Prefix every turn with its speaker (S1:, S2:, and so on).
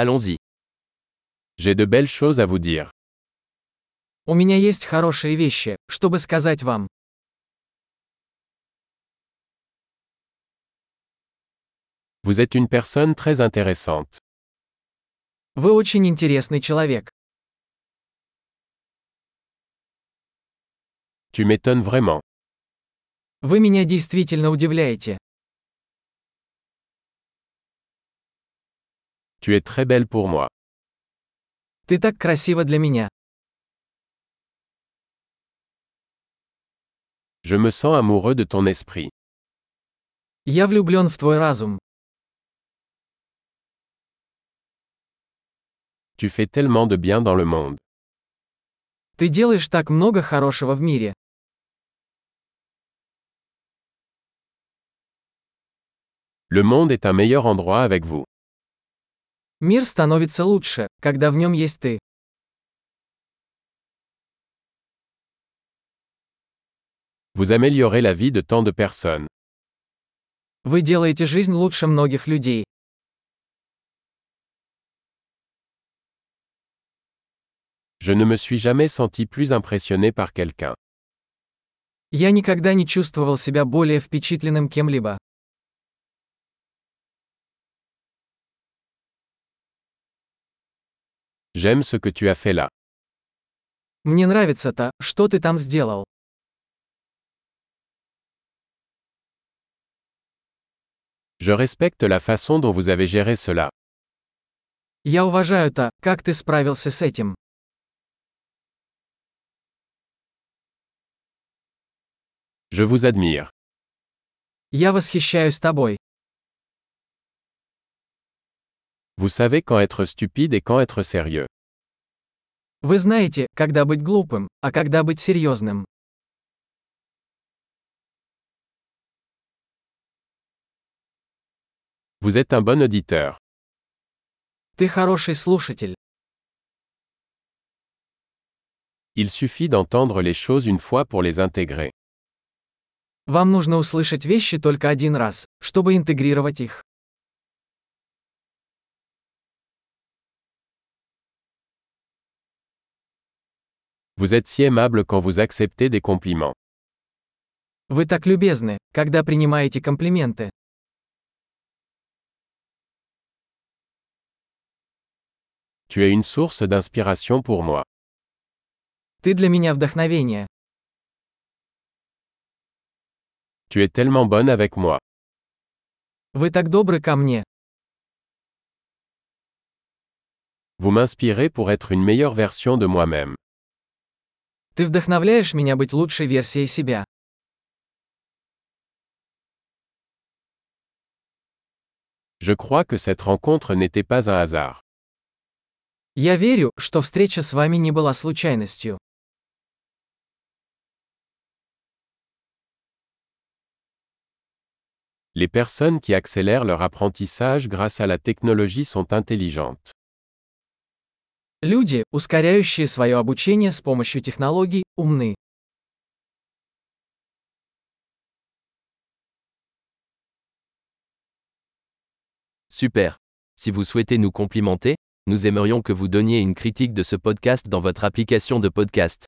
S1: Allons-y. J'ai de belles choses à vous dire.
S2: У меня есть хорошие вещи, чтобы сказать вам.
S1: Vous êtes une personne très intéressante.
S2: Вы очень интересный человек.
S1: Tu m'étonnes vraiment.
S2: Вы меня действительно удивляете.
S1: Tu es très belle pour moi.
S2: Ты так красива для меня.
S1: Je me sens amoureux de ton esprit.
S2: Я влюблен в твой разум.
S1: Tu fais tellement de bien dans le monde.
S2: Ты делаешь так много хорошего в мире.
S1: Le monde est un meilleur endroit avec vous.
S2: Мир становится лучше, когда в нем есть ты.
S1: Vous améliorez la vie de tant de personnes.
S2: Вы делаете жизнь лучше многих людей.
S1: Je ne me suis jamais senti plus impressionné par quelqu'un.
S2: Я никогда не чувствовал себя более впечатленным кем-либо.
S1: J'aime ce que tu as fait là.
S2: Мне нравится то, что ты там сделал.
S1: Je respecte la façon dont vous avez géré cela.
S2: Я уважаю то, как ты справился с этим.
S1: Je vous admire.
S2: Я восхищаюсь тобой.
S1: Vous savez quand être stupide et quand être sérieux.
S2: Вы знаете, когда быть глупым, а когда быть серьезным.
S1: Vous êtes un bon auditeur.
S2: Ты хороший слушатель.
S1: Il suffit d'entendre les choses une fois pour les intégrer.
S2: Вам нужно услышать вещи только один раз, чтобы интегрировать их.
S1: Vous êtes si aimable quand vous acceptez des compliments.
S2: Вы так любезны, когда принимаете комплименты.
S1: Tu es une source d'inspiration pour moi.
S2: Ты для меня вдохновение.
S1: Tu es tellement bonne avec moi.
S2: Вы так добры ко мне.
S1: Vous m'inspirez pour être une meilleure version de moi-même.
S2: Ты вдохновляешь меня быть лучшей версией себя.
S1: Je crois que cette rencontre n'était pas un hasard.
S2: Я верю, что встреча с вами не была случайностью.
S1: Les personnes qui accélèrent leur apprentissage grâce à la technologie sont intelligentes.
S2: Люди, ускоряющие свое обучение с помощью технологий, умны.
S3: Super. Si vous souhaitez nous complimenter, nous aimerions que vous donniez une critique de ce podcast dans votre application de podcast.